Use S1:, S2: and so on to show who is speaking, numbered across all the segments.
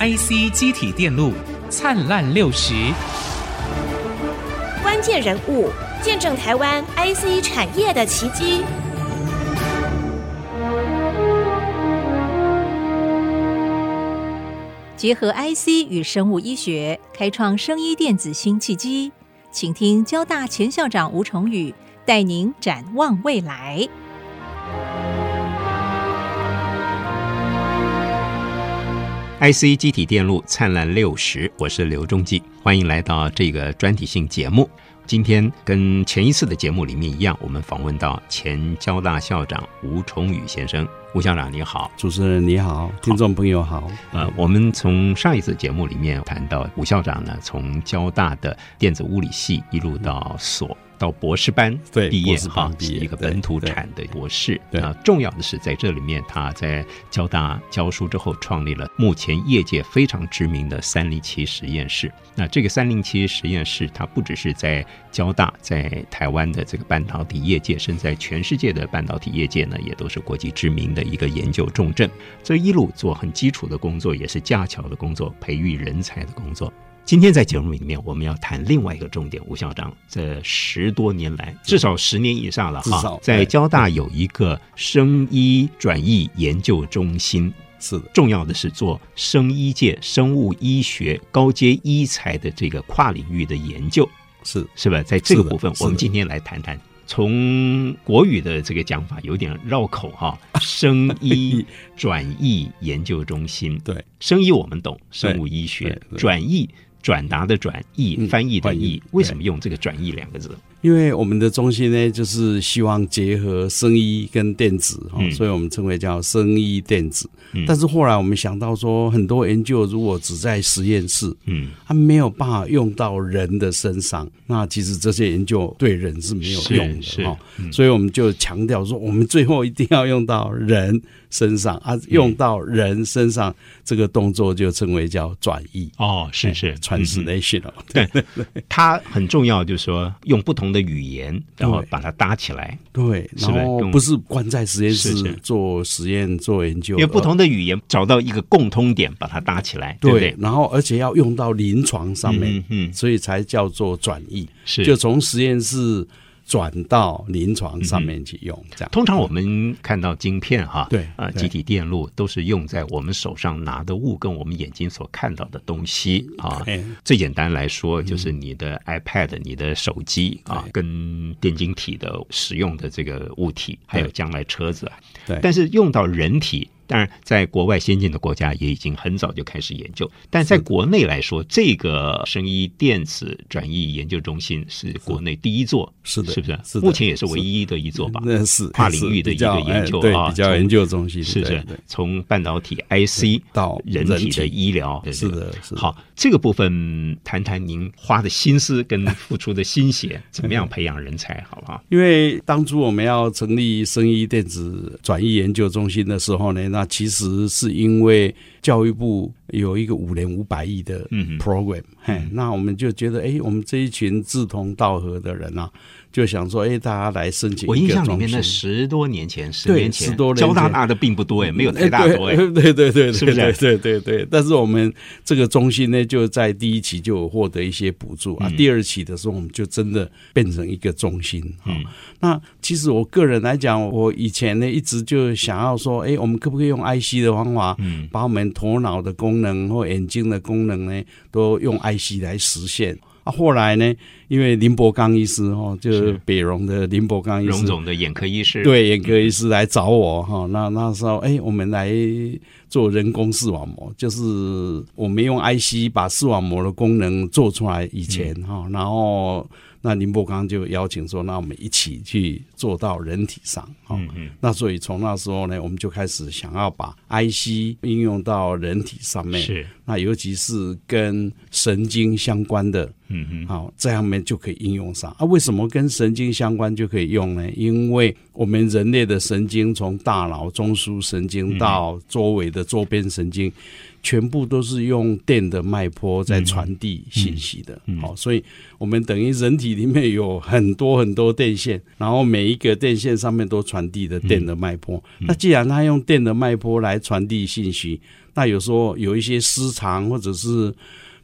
S1: IC 机体电路灿烂六十，
S2: 关键人物，见证台湾 IC 产业的奇迹。
S3: 结合 IC 与生物医学，开创生医电子新契机。请听交大前校长吴崇宇带您展望未来。
S4: IC 机体电路灿烂六十，我是刘中继，欢迎来到这个专题性节目。今天跟前一次的节目里面一样，我们访问到前交大校长吴崇宇先生。吴校长你好，
S5: 主持人你好，听众朋友好。
S4: 呃，我们从上一次节目里面谈到吴校长呢，从交大的电子物理系一路到所。到博士班
S5: 对
S4: 毕业
S5: 博士班
S4: 哈，
S5: 毕
S4: 是
S5: 业
S4: 一个
S5: 对
S4: 本土产的博士。
S5: 对
S4: 啊，重要的是在这里面，他在交大教书之后，创立了目前业界非常知名的三零七实验室。那这个三零七实验室，它不只是在交大，在台湾的这个半导体业界，甚至在全世界的半导体业界呢，也都是国际知名的一个研究重镇。这一路做很基础的工作，也是架桥的工作，培育人才的工作。今天在节目里面，我们要谈另外一个重点。吴校长这呃十多年来，至少十年以上了
S5: 嗯至
S4: 哈
S5: 少，
S4: 在
S5: 对
S4: 交大有一个生医转译研究中心，
S5: 是的，
S4: 重要的是做生医界、生物医学、高阶医材的这个跨领域的研究，
S5: 是
S4: 是吧？在这个
S5: 是的
S4: 部分，
S5: 是的
S4: 我们今天来谈谈。从国语的这个讲法有点绕口 哈，生医转译研究中心，
S5: 对，
S4: 生医我们懂，生物医
S5: 对
S4: 学
S5: 对
S4: 转译。转达的转译，
S5: 嗯
S4: 翻译的译
S5: 翻译，
S4: 为什么用这个“转译”两个字？
S5: 因为我们的中心呢，就是希望结合生医跟电子哦，
S4: 嗯
S5: 所以我们称为叫生医电子。
S4: 嗯
S5: 但是后来我们想到说，很多研究如果只在实验室，
S4: 嗯，
S5: 它没有办法用到人的身上，那其实这些研究对人是没有用
S4: 是嗯
S5: 的哦。所以我们就强调说，我们最后一定要用到人身上
S4: 嗯
S5: 啊，用到人身上这个动作就称为叫转哎移。
S4: 哦，是是，嗯哼
S5: translation 哦，
S4: 它很重要，就是说用不同的语言，然后
S5: 对
S4: 把它搭起来，
S5: 对，
S4: 是吧
S5: 然后
S4: 跟
S5: 不是关在实验
S4: 是
S5: 室
S4: 是
S5: 做实验做研究，
S4: 因为不
S5: 而
S4: 同的语言找到一个共通点，把它搭起来，对不
S5: 对
S4: 对，？
S5: 然后而且要用到临床上面
S4: 嗯，嗯，
S5: 所以才叫做转移，
S4: 是
S5: 就从实验室转到临床上面去用，这样。
S4: 通常我们看到晶片哈，
S5: 对
S4: 啊，
S5: 对
S4: 集体电路都是用在我们手上拿的物跟我们眼睛所看到的东西啊。
S5: 哎，
S4: 最简单来说，就是你的
S5: 嗯
S4: iPad、你的手机啊，跟电晶体的使用的这个物体，还有将来车子啊。
S5: 对
S4: 但是用到人体，当然在国外先进的国家也已经很早就开始研究，但在国内来说，这个生医电子转移研究中心是国内第一座，
S5: 是的
S4: 是不是？
S5: 是的
S4: 目前也是唯一的一座吧？
S5: 那是
S4: 跨领域的一个研究
S5: 是比较哎
S4: 啊，
S5: 对，比较
S4: 从
S5: 研究中心，
S4: 是
S5: 对
S4: 是
S5: 对，
S4: 从半导体 IC
S5: 到
S4: 人
S5: 人
S4: 体的
S5: 体
S4: 医疗，对
S5: 是
S4: 对
S5: 的，是的。
S4: 好，这个部分谈谈您花的心思跟付出的心血， 怎么样培养人才，好不好？
S5: 因为当初我们要成立生医电子转移研究中心的时候呢，那其实是因为教育部有一个五年五百亿的
S4: 嗯哼
S5: program，、嘿，那我们就觉得，哎，我们这一群志同道合的人啊，就想说，哎，大家来申请
S4: 我
S5: 一
S4: 印
S5: 个
S4: 象里
S5: 中
S4: 面
S5: 心
S4: 那。十多年前，十
S5: 对
S4: 年前，
S5: 十多年
S4: 交大
S5: 前
S4: 大的并不多哎，没有
S5: 哎
S4: 台大多哎，
S5: 对 对对对，
S4: 是不是
S5: 对对对对。但是我们这个中心呢，就在第一期就有获得一些补助啊，
S4: 嗯
S5: 第二期的时候我们就真的变成一个中心啊。
S4: 嗯
S5: 那其实我个人来讲，我以前呢一直就想要说，哎，我们可不可以用 IC 的方法，
S4: 嗯
S5: 把我们头脑的功能或眼睛的功能呢，都用 IC 来实现。啊，后来呢，因为林伯刚医师哦，就是
S4: 是
S5: 北荣的林伯刚医
S4: 荣
S5: 师，
S4: 总的眼科医师，
S5: 对，眼科医
S4: 嗯
S5: 师来找我哈、那那时候哎，我们来做人工视网膜，就是我们用 IC 把视网膜的功能做出来以前
S4: 嗯
S5: 哈、然后那林伯刚就邀请说，那我们一起去做到人体上哈、
S4: 嗯嗯，
S5: 那所以从那时候呢，我们就开始想要把 IC 应用到人体上面，
S4: 是
S5: 那尤其是跟神经相关的
S4: 嗯哼，
S5: 好、这样面就可以应用上啊。为什么跟神经相关就可以用呢？因为我们人类的神经从大脑中枢神经到
S4: 嗯
S5: 周围的周边神经，全部都是用电的脉波在传递信息的。好、
S4: 嗯
S5: 所以我们等于人体里面有很多很多电线，然后每一个电线上面都传递的电的脉波。
S4: 嗯
S5: 那既然它用电的脉波来传递信息，那有时候有一些失常或者是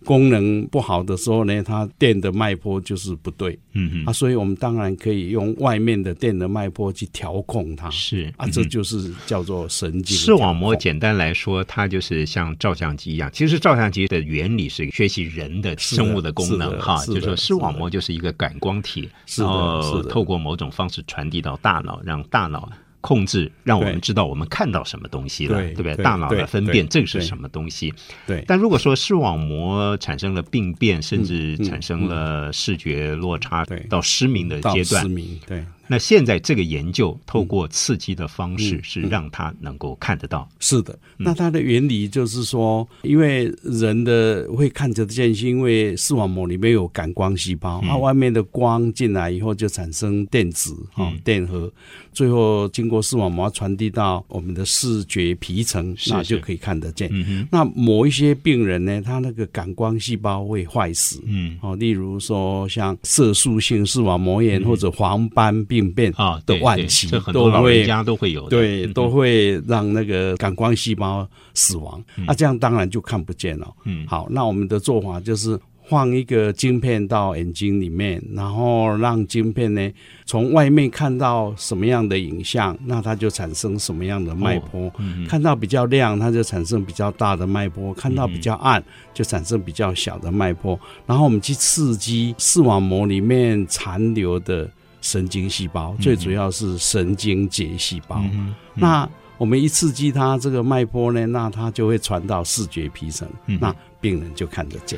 S5: 功能不好的时候呢，它电的脉波就是不对、
S4: 嗯哼，
S5: 啊，所以我们当然可以用外面的电的脉波去调控它。
S4: 是
S5: 啊，
S4: 嗯
S5: 这
S4: 哼
S5: 就是叫做神经
S4: 视网膜
S5: 调控
S4: 简单来说，它就是像照相机一样。其实照相机的原理是学习人的
S5: 是的
S4: 生物的功
S5: 是
S4: 能
S5: 的
S4: 哈，
S5: 是的
S4: 就是说视网膜就是一个感光体，
S5: 是的
S4: 然后
S5: 是的
S4: 透过某种方式传递到大脑，让大脑。控制让我们
S5: 对
S4: 知道我们看到什么东西了，
S5: 对
S4: 不对？
S5: 对
S4: 大脑来
S5: 对
S4: 分辨
S5: 对
S4: 这个是
S5: 对
S4: 什么东西。
S5: 对
S4: 但如果说视网膜产生了病变，甚至产生了视觉落差
S5: 嗯对
S4: 到失明的
S5: 到
S4: 阶段
S5: 失，嗯明，对，
S4: 那现在这个研究透过刺激的方
S5: 嗯
S4: 式是让它能够看得到。
S5: 是的。
S4: 嗯
S5: 那它的原理就是说，因为人的会看得见，是因为视网膜里面有感光细胞，
S4: 嗯
S5: 它、外面的光进来以后就产生电子哈、
S4: 嗯
S5: 哦电荷，最后经过视网膜传递到我们的视觉皮层，
S4: 是
S5: 那
S4: 是
S5: 就可以看得见。
S4: 嗯哼，
S5: 那某一些病人呢，他那个感光细胞会坏死。
S4: 嗯，
S5: 哦，例如说像色素性视网膜炎或者黄斑病变
S4: 啊
S5: 的
S4: 对
S5: 晚
S4: 对
S5: 期，
S4: 这很
S5: 都
S4: 多老
S5: 会
S4: 人家都会有的，
S5: 对，
S4: 嗯
S5: 都会让那个感光细胞死亡。那、这样当然就看不见了。
S4: 嗯
S5: 好，那我们的做法就是放一个晶片到眼睛里面，然后让晶片呢从外面看到什么样的影像，那它就产生什么样的脉波。
S4: 嗯哼
S5: 看到比较亮，它就产生比较大的脉波；看到比较暗，就产生比较小的脉波。然后我们去刺激视网膜里面残留的神经细胞，最主要是神经节细胞。
S4: 嗯哼
S5: 那我们一刺激它这个脉波呢，那它就会传到视觉皮层，
S4: 嗯
S5: 那病人就看得见。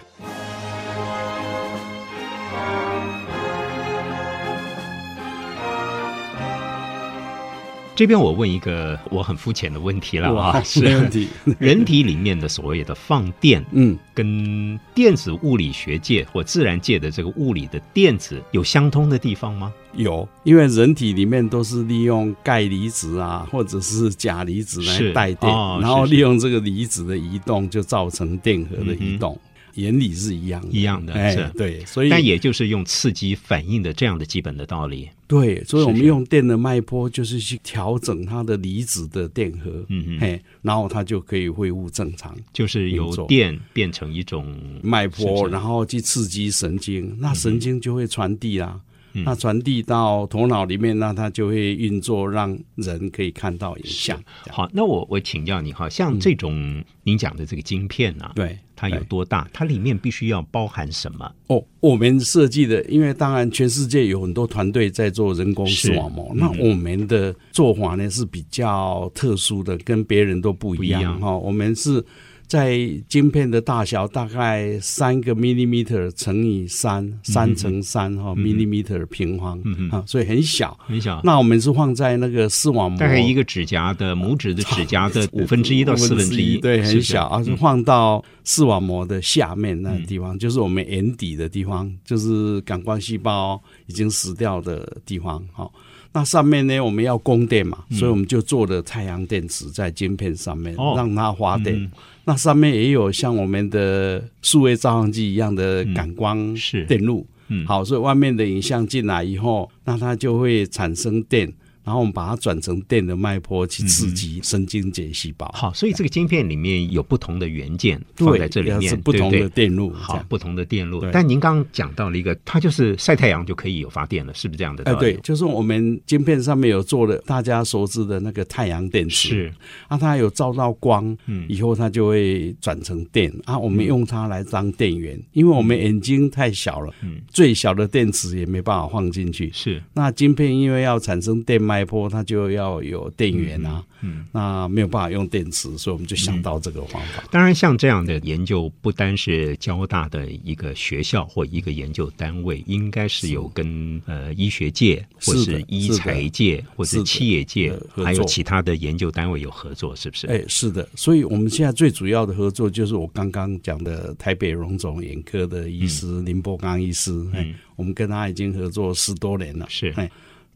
S4: 这边我问一个我很肤浅的问题了啊，
S5: 没问
S4: 是
S5: 题。
S4: 人体里面的所谓的放电。
S5: 嗯，
S4: 跟电子物理学界或自然界的这个物理的电子有相通的地方吗？
S5: 有，因为人体里面都是利用钙离子啊，或者是钾离子
S4: 是
S5: 来带电，
S4: 哦
S5: 然后
S4: 是是嗯
S5: 利用这个离子的移动，就造成电荷的移动，原理是一样的。
S4: 一样的，
S5: 哎
S4: 是，
S5: 对，所以
S4: 但也就是用刺激反应的这样的基本的道理。
S5: 对，所以
S4: 是
S5: 我们
S4: 是
S5: 用电的脉波就是去调整它的离子的电荷，
S4: 嗯哼，
S5: 嘿，然后它就可以恢复正常
S4: 就是由
S5: 没错嗯
S4: 电变成一种
S5: 脉
S4: 是
S5: 波，
S4: 是
S5: 然后去刺激神经，那神经就会传递啦、
S4: 嗯
S5: 那传递到头脑里面，那它就会运作，让人可以看到影像。这样
S4: 好，那我我请教你哈，像这种您讲的这个晶片啊，
S5: 对，
S4: 它有
S5: 嗯对
S4: 多大？它里面必须要包含什么？
S5: 哦，我们设计的，因为当然全世界有很多团队在做人工视网膜，那
S4: 嗯
S5: 我们的做法呢是比较特殊的，跟别人都不一
S4: 不一
S5: 样
S4: 样
S5: 哈、哦。我们是在晶片的大小大概三个 millimeter 乘以
S4: 嗯
S5: 三，三乘三哈 millimeter 平方、
S4: 嗯哼
S5: 啊，所以很小。
S4: 很 小，
S5: 那我们是放在那个视网膜，
S4: 大概一个指甲的拇指的指甲的五分之一到四分之一，
S5: 对，
S4: 是不
S5: 很
S4: 是嗯
S5: 小，而是放到视网膜的下面那个地方，就是我们眼底的地
S4: 嗯
S5: 方，就是感光细胞已经死掉的地方。好，那上面呢，我们要供电嘛，所以我们就做了太阳电池在晶片上面，
S4: 嗯哦
S5: 让它发电
S4: 嗯。
S5: 那上面也有像我们的数位照相机一样的感光
S4: 嗯是
S5: 电路。
S4: 嗯
S5: 好，所以外面的影像进来以后，那它就会产生电。然后我们把它转成电的脉波去刺激神经节细胞。
S4: 好，所以这个晶片里面有不同的元件放
S5: 对，
S4: 在这里
S5: 要
S4: 面，
S5: 是不同
S4: 对
S5: 的
S4: 不对
S5: 电路。这
S4: 好
S5: 样，
S4: 不同的电路
S5: 对。
S4: 但您刚刚讲到了一个，它就是晒太阳就可以有发电了，是不是这样的
S5: 哎、
S4: 道理？
S5: 对，就是我们晶片上面有做了大家熟知的那个太阳电池，
S4: 是，
S5: 啊，它有照到光，
S4: 嗯
S5: 以后它就会转成电啊，我们用它来当电源，因为我们眼睛太小了，
S4: 嗯
S5: 最小的电池也没办法放进去，
S4: 是，
S5: 那晶片因为要产生电脉波，它就要有电源啊，
S4: 嗯，
S5: 那没有办法用电池，所以我们就想到这个方法。
S4: 当然，像这样的研究不单是交大的一个学校或一个研究单位，应该是有跟呃医学界或
S5: 是
S4: 是
S5: 的
S4: 医
S5: 是的
S4: 材界或
S5: 是
S4: 是
S5: 的
S4: 企业界
S5: 呃合，作
S4: 还有其他的研究单位有合作，是不是？
S5: 哎，是的，所以我们现在最主要的合作就是我刚刚讲的台北荣总眼科的医师、林伯刚医师，哎、
S4: 嗯
S5: 我们跟他已经合作十多年了。
S4: 是
S5: 哎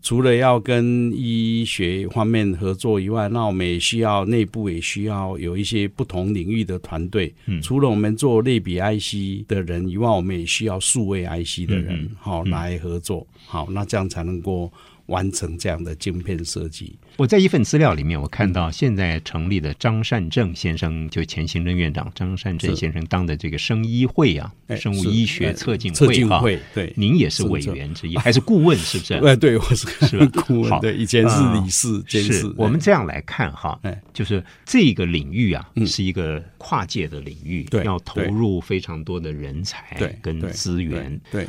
S5: 除了要跟医学方面合作以外，那我们也需要内部也需要有一些不同领域的团队。
S4: 嗯
S5: 除了我们做类比 IC 的人以外，我们也需要数位 IC 的
S4: 嗯
S5: 人
S4: 嗯，
S5: 好、来合作。好，那这样才能够完成这样的晶片设计。
S4: 我在一份资料里面，我看到现在成立的张善政先生，就前行政院长张善政
S5: 是
S4: 先生当的这个生医会啊，
S5: 哎
S4: 生物
S5: 是
S4: 医学
S5: 哎
S4: 测进
S5: 测
S4: 会
S5: 进
S4: 哈，
S5: 会，对，
S4: 您也是委员之一，还是顾问，是不是？
S5: 哎，对，我是
S4: 是吧
S5: 顾
S4: 好
S5: 问，对，以 前是
S4: 啊
S5: 理事监
S4: 是
S5: 事。
S4: 我们
S5: 哎
S4: 这样来看哈
S5: 哎，
S4: 就是这个领域啊，
S5: 嗯
S4: 是一个跨界的领域，
S5: 对
S4: 要投入非常多的人才
S5: 哎对
S4: 跟
S5: 对
S4: 资源。
S5: 对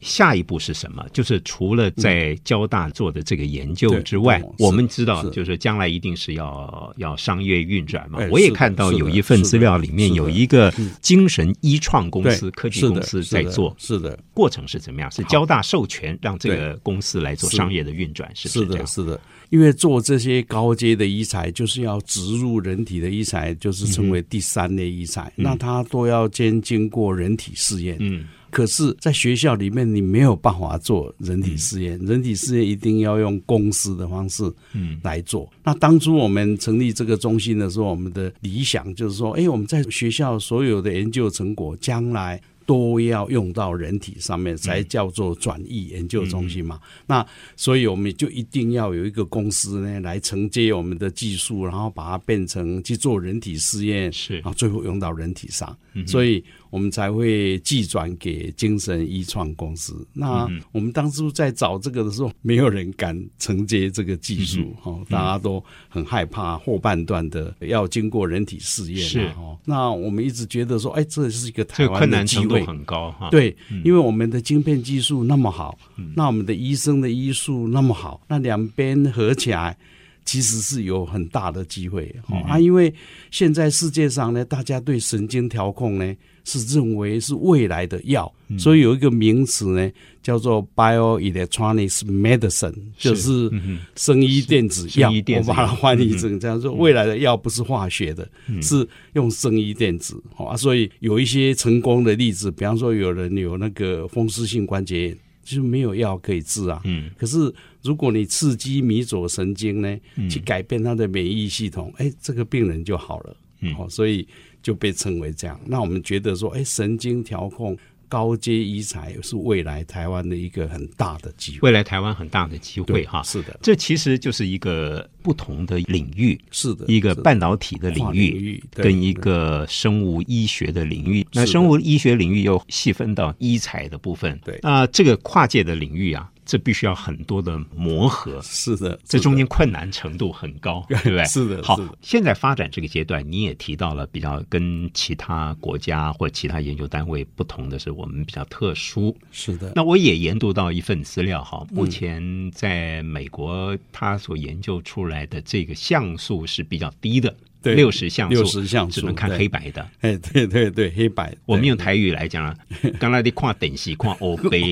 S4: 下一步是什么？就是除了在交大做的这个研究之外
S5: 嗯对，对
S4: 我们知道
S5: 是
S4: 就是将来一定是要要商业运转嘛
S5: 哎。
S4: 我也
S5: 是的
S4: 看到
S5: 是的
S4: 有一份
S5: 是的
S4: 资料里面
S5: 是的
S4: 有一个
S5: 嗯
S4: 精神医创公
S5: 对
S4: 司、科技
S5: 是的
S4: 公司
S5: 是
S4: 在
S5: 的
S4: 做，
S5: 是的，
S4: 过程是怎么样？是
S5: 好
S4: 交大授权让这
S5: 对
S4: 个公司来做
S5: 是
S4: 商业的运转，是不
S5: 是
S4: 是这
S5: 的，
S4: 样？
S5: 是的，因为做这些高阶的医材，就是要植入人体的医材，就是称为第三类医材，那它都要先经过人体试验。
S4: 嗯，
S5: 可是，在学校里面，你没有办法做人体试验，人体试验一定要用公司的方式，
S4: 嗯，
S5: 来做。那当初我们成立这个中心的时候，我们的理想就是说，哎，我们在学校所有的研究成果，将来。都要用到人体上面，
S4: 嗯
S5: 才叫做转移研究中心嘛。那所以我们就一定要有一个公司呢，来承接我们的技术，然后把它变成去做人体试验，
S4: 是嗯
S5: 然后最后用到人体上。所以我们才会寄转给精神医创公司。那
S4: 嗯
S5: 我们当初在找这个的时候，没有人敢承接这个技
S4: 嗯
S5: 术，哦，大家都很害怕后半段的要经过人体试验
S4: 是
S5: 啊。哦，那我们一直觉得说，哎，这是一个台
S4: 这个困
S5: 湾的
S4: 难
S5: 机
S4: 程度
S5: 会。
S4: 很高哈。，嗯
S5: 对，因为我们的晶片技术那么好，那我们的医生的医术那么好，那两边合起来。其实是有很大的机会哦、
S4: 嗯
S5: 啊，因为现在世界上呢，大家对神经调控呢是认为是未来的药，
S4: 嗯
S5: 所以有一个名词呢叫做 bioelectronics medicine，就是生医电子
S4: 嗯
S5: 药，
S4: 生医电子
S5: 我
S4: 药
S5: 把它翻译
S4: 嗯
S5: 成这样说，未来的药不是化学的，是用生医电子哦啊，所以有一些成功的例子，比方说有人有那个风湿性关节炎，就是没有药可以治啊，
S4: 嗯，
S5: 可是如果你刺激迷走神经呢，
S4: 嗯
S5: 去改变他的免疫系统，哎，这个病人就好了。
S4: 嗯
S5: 哦，所以就被称为这样。那我们觉得说，哎，神经调控高阶医材是未来台湾的一个很大的机会。
S4: 未来台湾很大的机会哈。
S5: 是的，
S4: 这其实就是一个不同的领域，
S5: 是的，
S4: 一个
S5: 是的
S4: 半导体的领
S5: 跨
S4: 域，
S5: 域对
S4: 跟一个生物医学的领域。那生物医学领域又细分到医材的部分。
S5: 对
S4: 那、这个跨界的领域啊，这必须要很多的磨合。
S5: 是的，
S4: 这
S5: 是的
S4: 中间困难程度很 高，对不对？
S5: 是的
S4: 好
S5: 是的，
S4: 现在发展这个阶段，你也提到了比较跟其他国家或其他研究单位不同的是，我们比较特殊。
S5: 是的，
S4: 那我也研读到一份资料哈，
S5: 嗯
S4: 目前在美国，它所研究出来的这个像素是比较低的，
S5: 对
S4: 六十像素，
S5: 60像素
S4: 只能看黑白的。
S5: 哎，对对对，黑白，
S4: 我们
S5: 对
S4: 用台语来讲啊， 刚才你看等西，看欧杯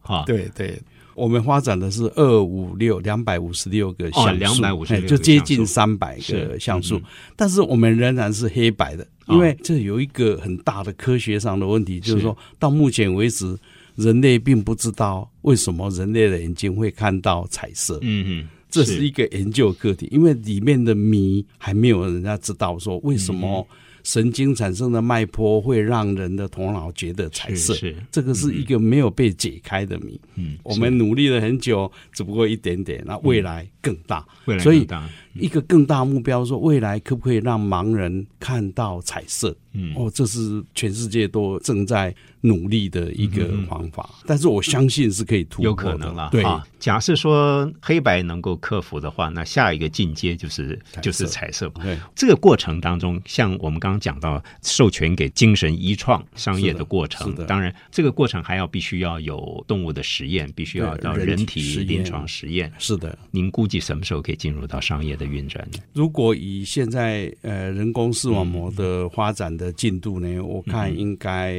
S4: 哈，
S5: 对对。我们发展的是二五六两百五十六
S4: 哦
S5: 个像素，
S4: 256
S5: 哎
S4: 个
S5: 就接
S4: 像
S5: 近
S4: 素
S5: 三百
S4: 是嗯
S5: 个像素，但是我们仍然是黑白的，因
S4: 哦
S5: 为这有一个很大的科学上的问题，就是是说到目前为止，人类并不知道为什么人类的眼睛会看到彩色，
S4: 嗯嗯，
S5: 这是一个研究课题，因为里面的谜还没有人家知道，说为什
S4: 嗯
S5: 么神经产生的脉波会让人的头脑觉得彩色
S4: 是是，
S5: 这个是一个没有被解开的谜。
S4: 嗯，
S5: 我们努力了很久，只不过一点点，那未来更大。
S4: 嗯未来
S5: 所以
S4: 更大
S5: 一个更大目标说，未来可不可以让盲人看到彩色？
S4: 嗯
S5: 哦，这是全世界都正在努力的一个方法，但是我相信是可以突破的，
S4: 嗯有可能了。
S5: 对，
S4: 啊，假设说黑白能够克服的话，那下一个进阶就是
S5: 色
S4: 就是彩色吧。
S5: 对，
S4: 这个过程当中，像我们刚刚讲到授权给精神医创商业
S5: 是
S4: 的
S5: 的
S4: 过程
S5: 是，的
S4: 当然这个过程还要必须要有动物的实验，必须要
S5: 对
S4: 到
S5: 人体
S4: 人体
S5: 实验
S4: 临床实验。
S5: 是的。
S4: 您估计什么时候可以进入到商业的运转呢？
S5: 如果以现在呃人工视网膜的发展的进度呢，
S4: 嗯
S5: 我看应该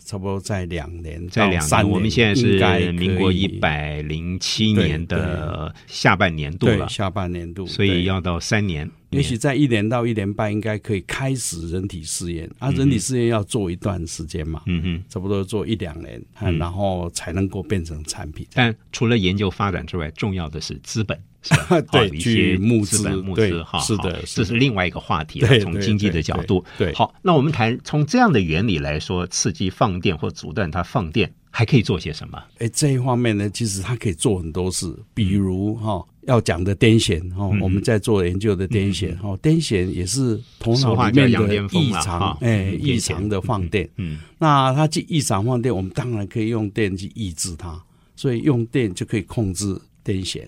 S5: 差不多在两年到
S4: 在两
S5: 三
S4: 年，嗯
S5: 年，
S4: 我们现在
S5: 应该可
S4: 是
S5: 以
S4: 民国一百零七
S5: 对
S4: 年的下半年度
S5: 对
S4: 了，
S5: 下半年度，
S4: 所以
S5: 对
S4: 要到三年，
S5: 也许在一年到一年半应该可以开始人体试验啊，人体试验要做一段时间嘛，
S4: 嗯哼。
S5: 差不多做一两年，啊然后才能够变成产品。？
S4: 但除了研究发展之外，重要的是资本，是吧
S5: 对
S4: 好一
S5: 去
S4: 些
S5: 募
S4: 资
S5: 资
S4: 本募
S5: 对
S4: 资哈，
S5: 是的
S4: 好
S5: 是
S4: 这
S5: 的
S4: 是另外一个话题了
S5: 对。
S4: 从
S5: 对
S4: 经济
S5: 对
S4: 的角度，
S5: 对对
S4: 好，那我们谈从这样的原理来说，刺激放电或阻断它放电，还可以做些什么？
S5: 哎，这一方面呢，其实它可以做很多事，比如哈、要讲的癫痫哈，
S4: 嗯
S5: 我们在做研究的癫痫哈，癫痫也是头
S4: 俗
S5: 脑
S4: 嗯话
S5: 里面
S4: 叫羊
S5: 的
S4: 癫疯
S5: 异
S4: 了
S5: 常
S4: 哈
S5: 哎
S4: 嗯
S5: 异
S4: 癫痫
S5: 常的放电。
S4: 嗯
S5: 那它既异常放电，我们当然可以用电去抑制它，所以用电就可以控制癫痫。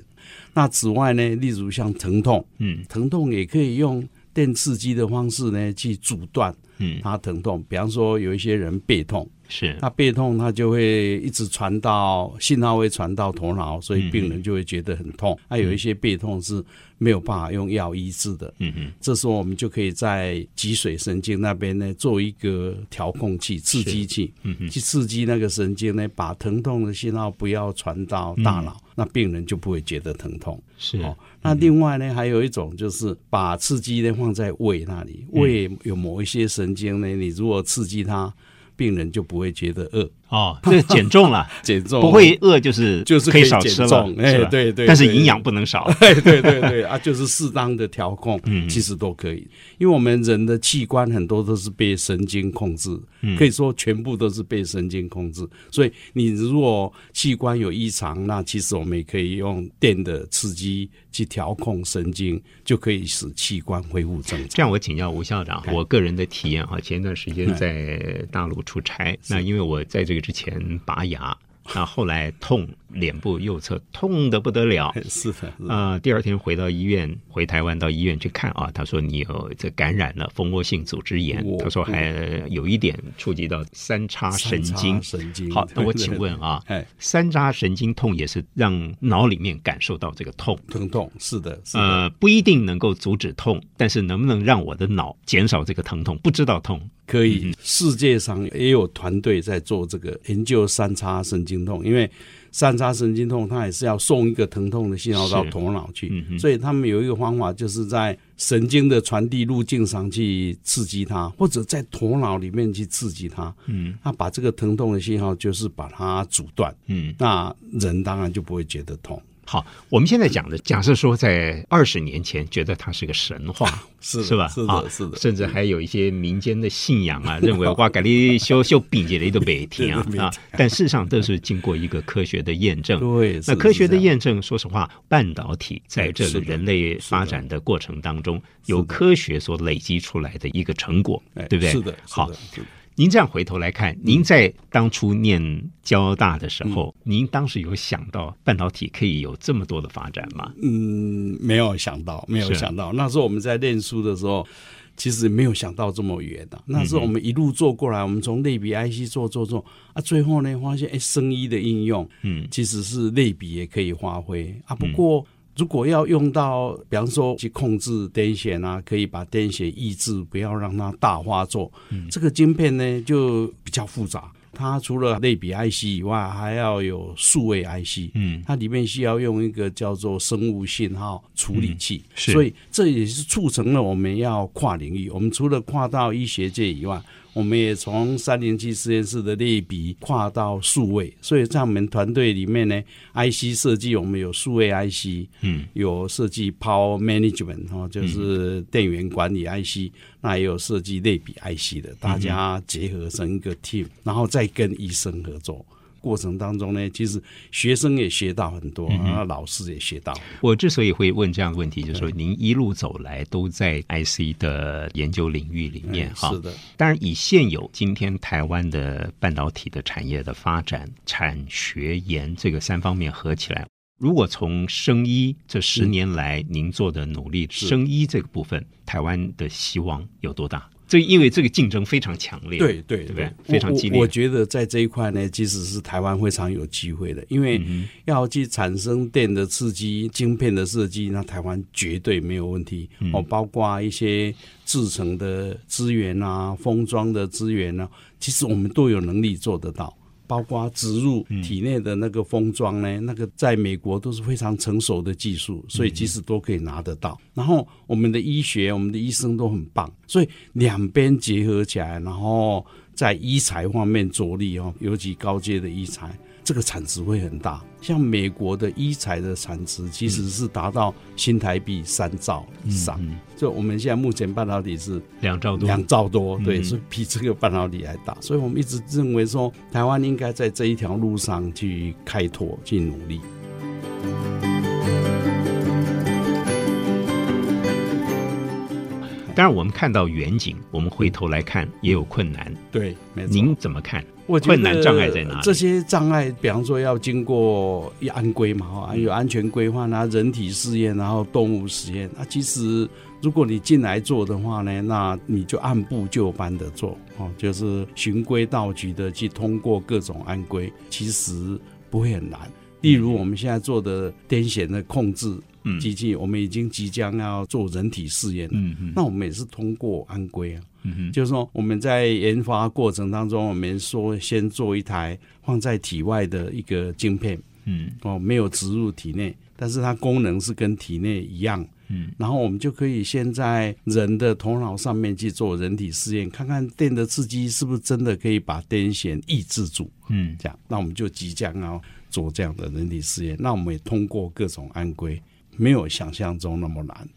S5: 那此外呢，例如像疼痛，
S4: 嗯
S5: 疼痛也可以用电刺激的方式呢去阻断
S4: 嗯，
S5: 它疼痛。比方说，有一些人背痛，
S4: 是
S5: 那背痛它就会一直传到信号会传到头脑，所以病人就会觉得很痛。那、有一些背痛是没有办法用药医治的，
S4: 嗯嗯
S5: 这时候我们就可以在脊髓神经那边呢做一个调控器、刺激器，
S4: 嗯嗯
S5: 去刺激那个神经呢，把疼痛的信号不要传到大脑，那病人就不会觉得疼痛。
S4: 是
S5: 哦，那另外呢，还有一种就是把刺激呢放在胃那里，
S4: 嗯
S5: 胃有某一些神经呢，你如果刺激它，病人就不会觉得饿，
S4: 哦，这减重 了。
S5: 减重
S4: 不会饿就是
S5: 哦就是
S4: 可以
S5: 可以
S4: 少
S5: 减
S4: 吃了
S5: 重，哎
S4: 是吧
S5: 对对
S4: 但是
S5: 对
S4: 营养不能 少，
S5: 对对对对啊，就是适当的调控，
S4: 嗯
S5: 其实都可以，因为我们人的器官很多都是被神经控制，
S4: 嗯
S5: 可以说全部都是被神经控制。所以你如果器官有异常，那其实我们也可以用电的刺激去调控神经，就可以使器官恢复正常。
S4: 这样我请教吴校长，我个人的体验哈，前一段时
S5: 嗯
S4: 间在大陆出差，那因为我在这个之前拔牙，那后来痛，脸部右侧痛的不得 了。
S5: 是的，是的
S4: 啊、第二天回到医院，回台湾到医院去看啊，他说你有这感染了蜂窝性组织炎
S5: 我，
S4: 他说还有一点触及到三叉啊神经。
S5: 三叉神经
S4: 好，那我
S5: 对对
S4: 请问啊
S5: 哎，
S4: 三叉神经痛也是让脑里面感受到这个痛，
S5: 疼痛是的，是的。
S4: 呃，不一定能够阻止痛，但是能不能让我的脑减少这个疼痛？不知道痛，
S5: 可
S4: 嗯
S5: 以，世界上也有团队在做这个研究三叉神经痛，因为三叉神经痛它也是要送一个疼痛的信号到
S4: 是
S5: 头脑去，
S4: 嗯哼
S5: 所以他们有一个方法，就是在神经的传递路径上去刺激它，或者在头脑里面去刺激它，
S4: 嗯，
S5: 那把这个疼痛的信号就是把它阻断，
S4: 嗯，
S5: 那人当然就不会觉得痛。
S4: 好，我们现在讲的，假设说在二十年前觉得它是个神话，
S5: 是的
S4: 是吧？
S5: 是的
S4: 啊
S5: 是的
S4: 甚至还有一些民间的信仰啊，认为哇，改立修修比起来都北听啊
S5: 对对
S4: 啊，但事实上这是经过一个科学的验证。
S5: 对是
S4: 那科学
S5: 是
S4: 的
S5: 这样
S4: 验证，说实话，半导体在这
S5: 是
S4: 个
S5: 的
S4: 人类发展的过程当中，有科学所累积出来的一个成果，
S5: 哎
S4: 对不对？
S5: 是的，是
S4: 好
S5: 的，，是的
S4: 您这样回头来看，
S5: 嗯
S4: 您在当初念交大的时候，
S5: 嗯
S4: 您当时有想到半导体可以有这么多的发展吗？
S5: 嗯，没有想到，没有
S4: 是
S5: 想到。那时候我们在念书的时候，其实没有想到这么远的、啊
S4: 嗯
S5: 那时候我们一路做过来，我们从类比 IC 做做做啊，最后呢发现，哎，生医的应用，
S4: 嗯，
S5: 其实是类比也可以发挥啊。不过如果要用到，比方说去控制癫痫啊，可以把癫痫抑制，不要让它大发作。这个晶片呢就比较复杂。它除了类比 IC 以外，还要有数位 IC，
S4: 嗯
S5: 它里面需要用一个叫做生物信号处理器，
S4: 是
S5: 所以这也是促成了我们要跨领域。我们除了跨到医学界以外，我们也从三零七实验室的类比跨到数位，所以在我们团队里面呢，IC 设计我们有数位 IC，
S4: 嗯，
S5: 有设计 Power Management 哦，就是电源管
S4: 嗯
S5: 理 IC，、那也有设计类比 IC 的，大家结合成一个 team，然后再跟医生合作。过程当中呢，其实学生也学到很多，
S4: 嗯
S5: 然后老师也学到很多
S4: 我之所以会问这样的问题，就是说您一路走来都在 IC 的研究领域里面哈。
S5: 嗯哎是的，
S4: 当然，以现有今天台湾的半导体的产业的发展、产学研这个三方面合起来，如果从生医这十年来您做的努力，生医这个部分，台湾的希望有多大？这因为这个竞争非常强烈，
S5: 对对
S4: 对不对
S5: 我
S4: 非常激烈
S5: 我。我觉得在这一块呢，其实是台湾非常有机会的，因
S4: 嗯
S5: 为要去产生电的刺激、晶片的设计，那台湾绝对没有问题。
S4: 嗯
S5: 哦，包括一些制成的资源啊、封装的资源啊，其实我们都有能力做得到。包括植入体内的那个封装呢，那个在美国都是非常成熟的技术，所以其实都可以拿得到。然后我们的医学，我们的医生都很棒，所以两边结合起来，然后在医材方面着力哦，尤其高阶的医材，这个产值会很大。像美国的医材的产值其实是达到新台币三兆以上，所以我们现在目前半导体是
S4: 两兆多，
S5: 两兆多，对，
S4: 嗯
S5: 是比这个半导体还大，所以我们一直认为说，台湾应该在这一条路上去开拓、去努力。
S4: 当然我们看到远景，我们回头来看也有困难。
S5: 对，没错。
S4: 您怎么看？
S5: 我觉得
S4: 困难障碍在哪里
S5: 这些障碍，比方说要经过一安规
S4: 嗯
S5: 嘛，哈，有安全规范啊，人体试验，然后动物实验。啊，其实如果你进来做的话呢，那你就按部就班的做，哦，就是循规蹈矩的去通过各种安规，其实不会很难。例如我们现在做的癫痫的控制
S4: 嗯
S5: 机器，我们已经即将要做人体试验了。
S4: 嗯嗯
S5: 那我们也是通过安规啊，
S4: 嗯哼
S5: 就是说我们在研发过程当中，我们说先做一台放在体外的一个晶片
S4: 嗯
S5: 哦，没有植入体内，但是它功能是跟体内一样。
S4: 嗯，
S5: 然后我们就可以先在人的头脑上面去做人体试验，看看电的刺激是不是真的可以把癫痫抑制住。
S4: 嗯
S5: 这样，那我们就即将要做这样的人体试验。那我们也通过各种安规，没有想象中那么难。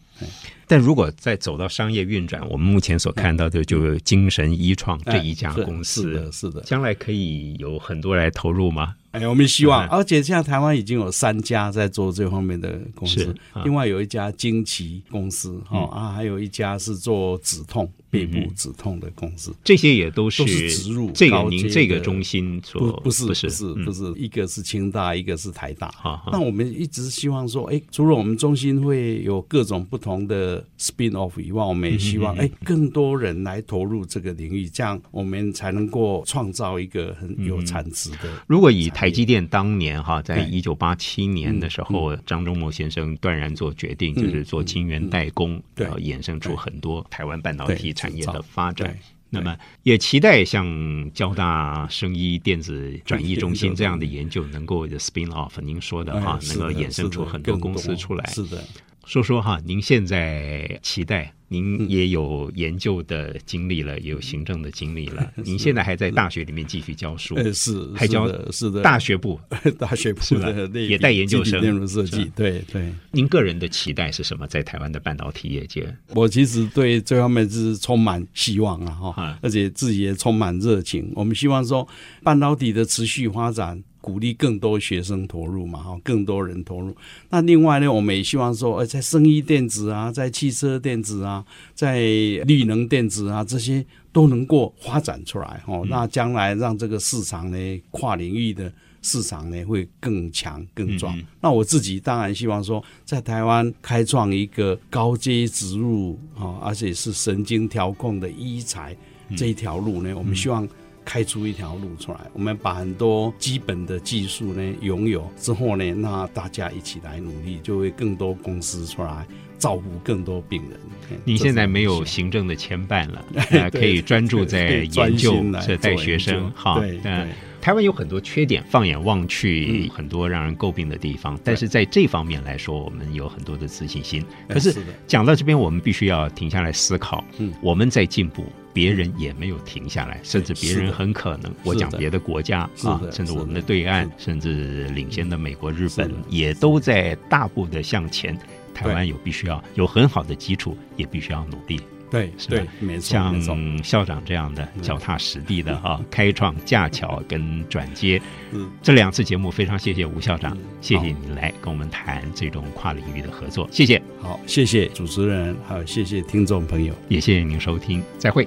S4: 但如果再走到商业运转，我们目前所看到的就是精神医创这一家
S5: 哎是
S4: 公
S5: 是
S4: 司
S5: 的，，是的。
S4: 将来可以有很多来投入吗？
S5: 哎，我们希望
S4: 嗯，
S5: 而且现在台湾已经有三家在做这方面的公司
S4: 是，啊嗯
S5: 另外有一家惊奇公司，哦啊，还有一家是做止痛、背部止痛的公司，
S4: 这些也都是
S5: 都是植入
S4: 这个
S5: 高阶
S4: 您
S5: 的
S4: 这个中心所
S5: 不不是
S4: 不
S5: 不
S4: 是
S5: 是
S4: 嗯
S5: 不是，一个是清大，一个是台大
S4: 好好。
S5: 那我们一直希望说，哎，除了我们中心会有各种不同的 spin off 以外，我们也希
S4: 嗯
S5: 望，哎，更多人来投入这个领域，这样我们才能够创造一个很
S4: 嗯
S5: 有产值的。
S4: 如果以台积电当年哈，在一
S5: 对嗯
S4: 九八七年的时候，张忠谋先生断然做决定，就是做晶圆代工，
S5: 嗯对
S4: 然后衍生出很多台湾半导体
S5: 对
S4: 产业
S5: 制
S4: 的
S5: 造
S4: 发展
S5: 对。
S4: 那么也期待像交大生医电子转移中心这样的研究能够 spin off，您说的哈
S5: 哎，
S4: 能
S5: 是
S4: 够
S5: 的
S4: 衍生出
S5: 是的
S4: 很多
S5: 更
S4: 公司出来。
S5: 是的，
S4: 说说哈，您现在期待，
S5: 嗯
S4: 您也有研究的经历了，也有行政的经历 了，您现在还在大学里面继续教书，
S5: 呃，是
S4: 还教
S5: 是的是的，
S4: 大学部
S5: 大学
S4: 是
S5: 部
S4: 吧
S5: 的那一
S4: 也
S5: 批
S4: 带研究
S5: 基底
S4: 生
S5: 电路设
S4: 是
S5: 计
S4: 吧，
S5: 对对。
S4: 您个人的期待是什么？在台湾的半导体业界，
S5: 我其实对这方面是充满希望啊，
S4: 啊
S5: 哈，而且自己也充满热情。我们希望说，半导体的持续发展，鼓励更多学生投入嘛，哈，更多人投入。那另外呢，我们也希望说，呃，在生医电子啊，在汽车电子啊，在绿能电子啊这些都能够发展出来哦。那将来让这个市场呢，跨领域的市场呢会更强更壮。那我自己当然希望说，在台湾开创一个高阶植入啊、哦，而且是神经调控的医材这一条路呢，我们希望。开出一条路出来，我们把很多基本的技术呢拥有之后呢，那大家一起来努力，就会更多公司出来照顾更多病人。嘿
S4: 您现在没
S5: 这是我
S4: 有
S5: 们希望
S4: 行政的牵绊 了，呃可以专注在研
S5: 可以专
S4: 究
S5: 心来，
S4: 这带学生哈
S5: 做研究对。
S4: 那
S5: 对
S4: 台湾有很多缺点，放眼望去
S5: 嗯，
S4: 很多让人诟病的地方，但是在这方面来说，我们有很多的自信心。
S5: 哎
S4: 可是
S5: 是的
S4: 讲到这边，我们必须要停下来思考
S5: 嗯，
S4: 我们在进步。别人也没有停下来，甚至别
S5: 是
S4: 人
S5: 的
S4: 很可能，我
S5: 是
S4: 讲
S5: 的
S4: 别的国家
S5: 是
S4: 啊，
S5: 的
S4: 甚至
S5: 是
S4: 我们的
S5: 的
S4: 对岸
S5: 是
S4: 甚
S5: 的，
S4: 至领先的美国、日本
S5: 是的，
S4: 也都在大步的向前。台湾有必须要有很好的基础，也必须要努力。
S5: 对
S4: 是吧
S5: 对，没错
S4: 像
S5: 没错，
S4: 校长这样的脚踏实地 的哈、开创架桥跟转接。
S5: 嗯，
S4: 这两次节目非常谢谢吴校长
S5: 嗯，
S4: 谢谢你来跟我们谈这种跨领域的合作，谢谢，
S5: 好，谢谢主持人，还有谢谢听众朋友。
S4: 也谢谢您收听，再会。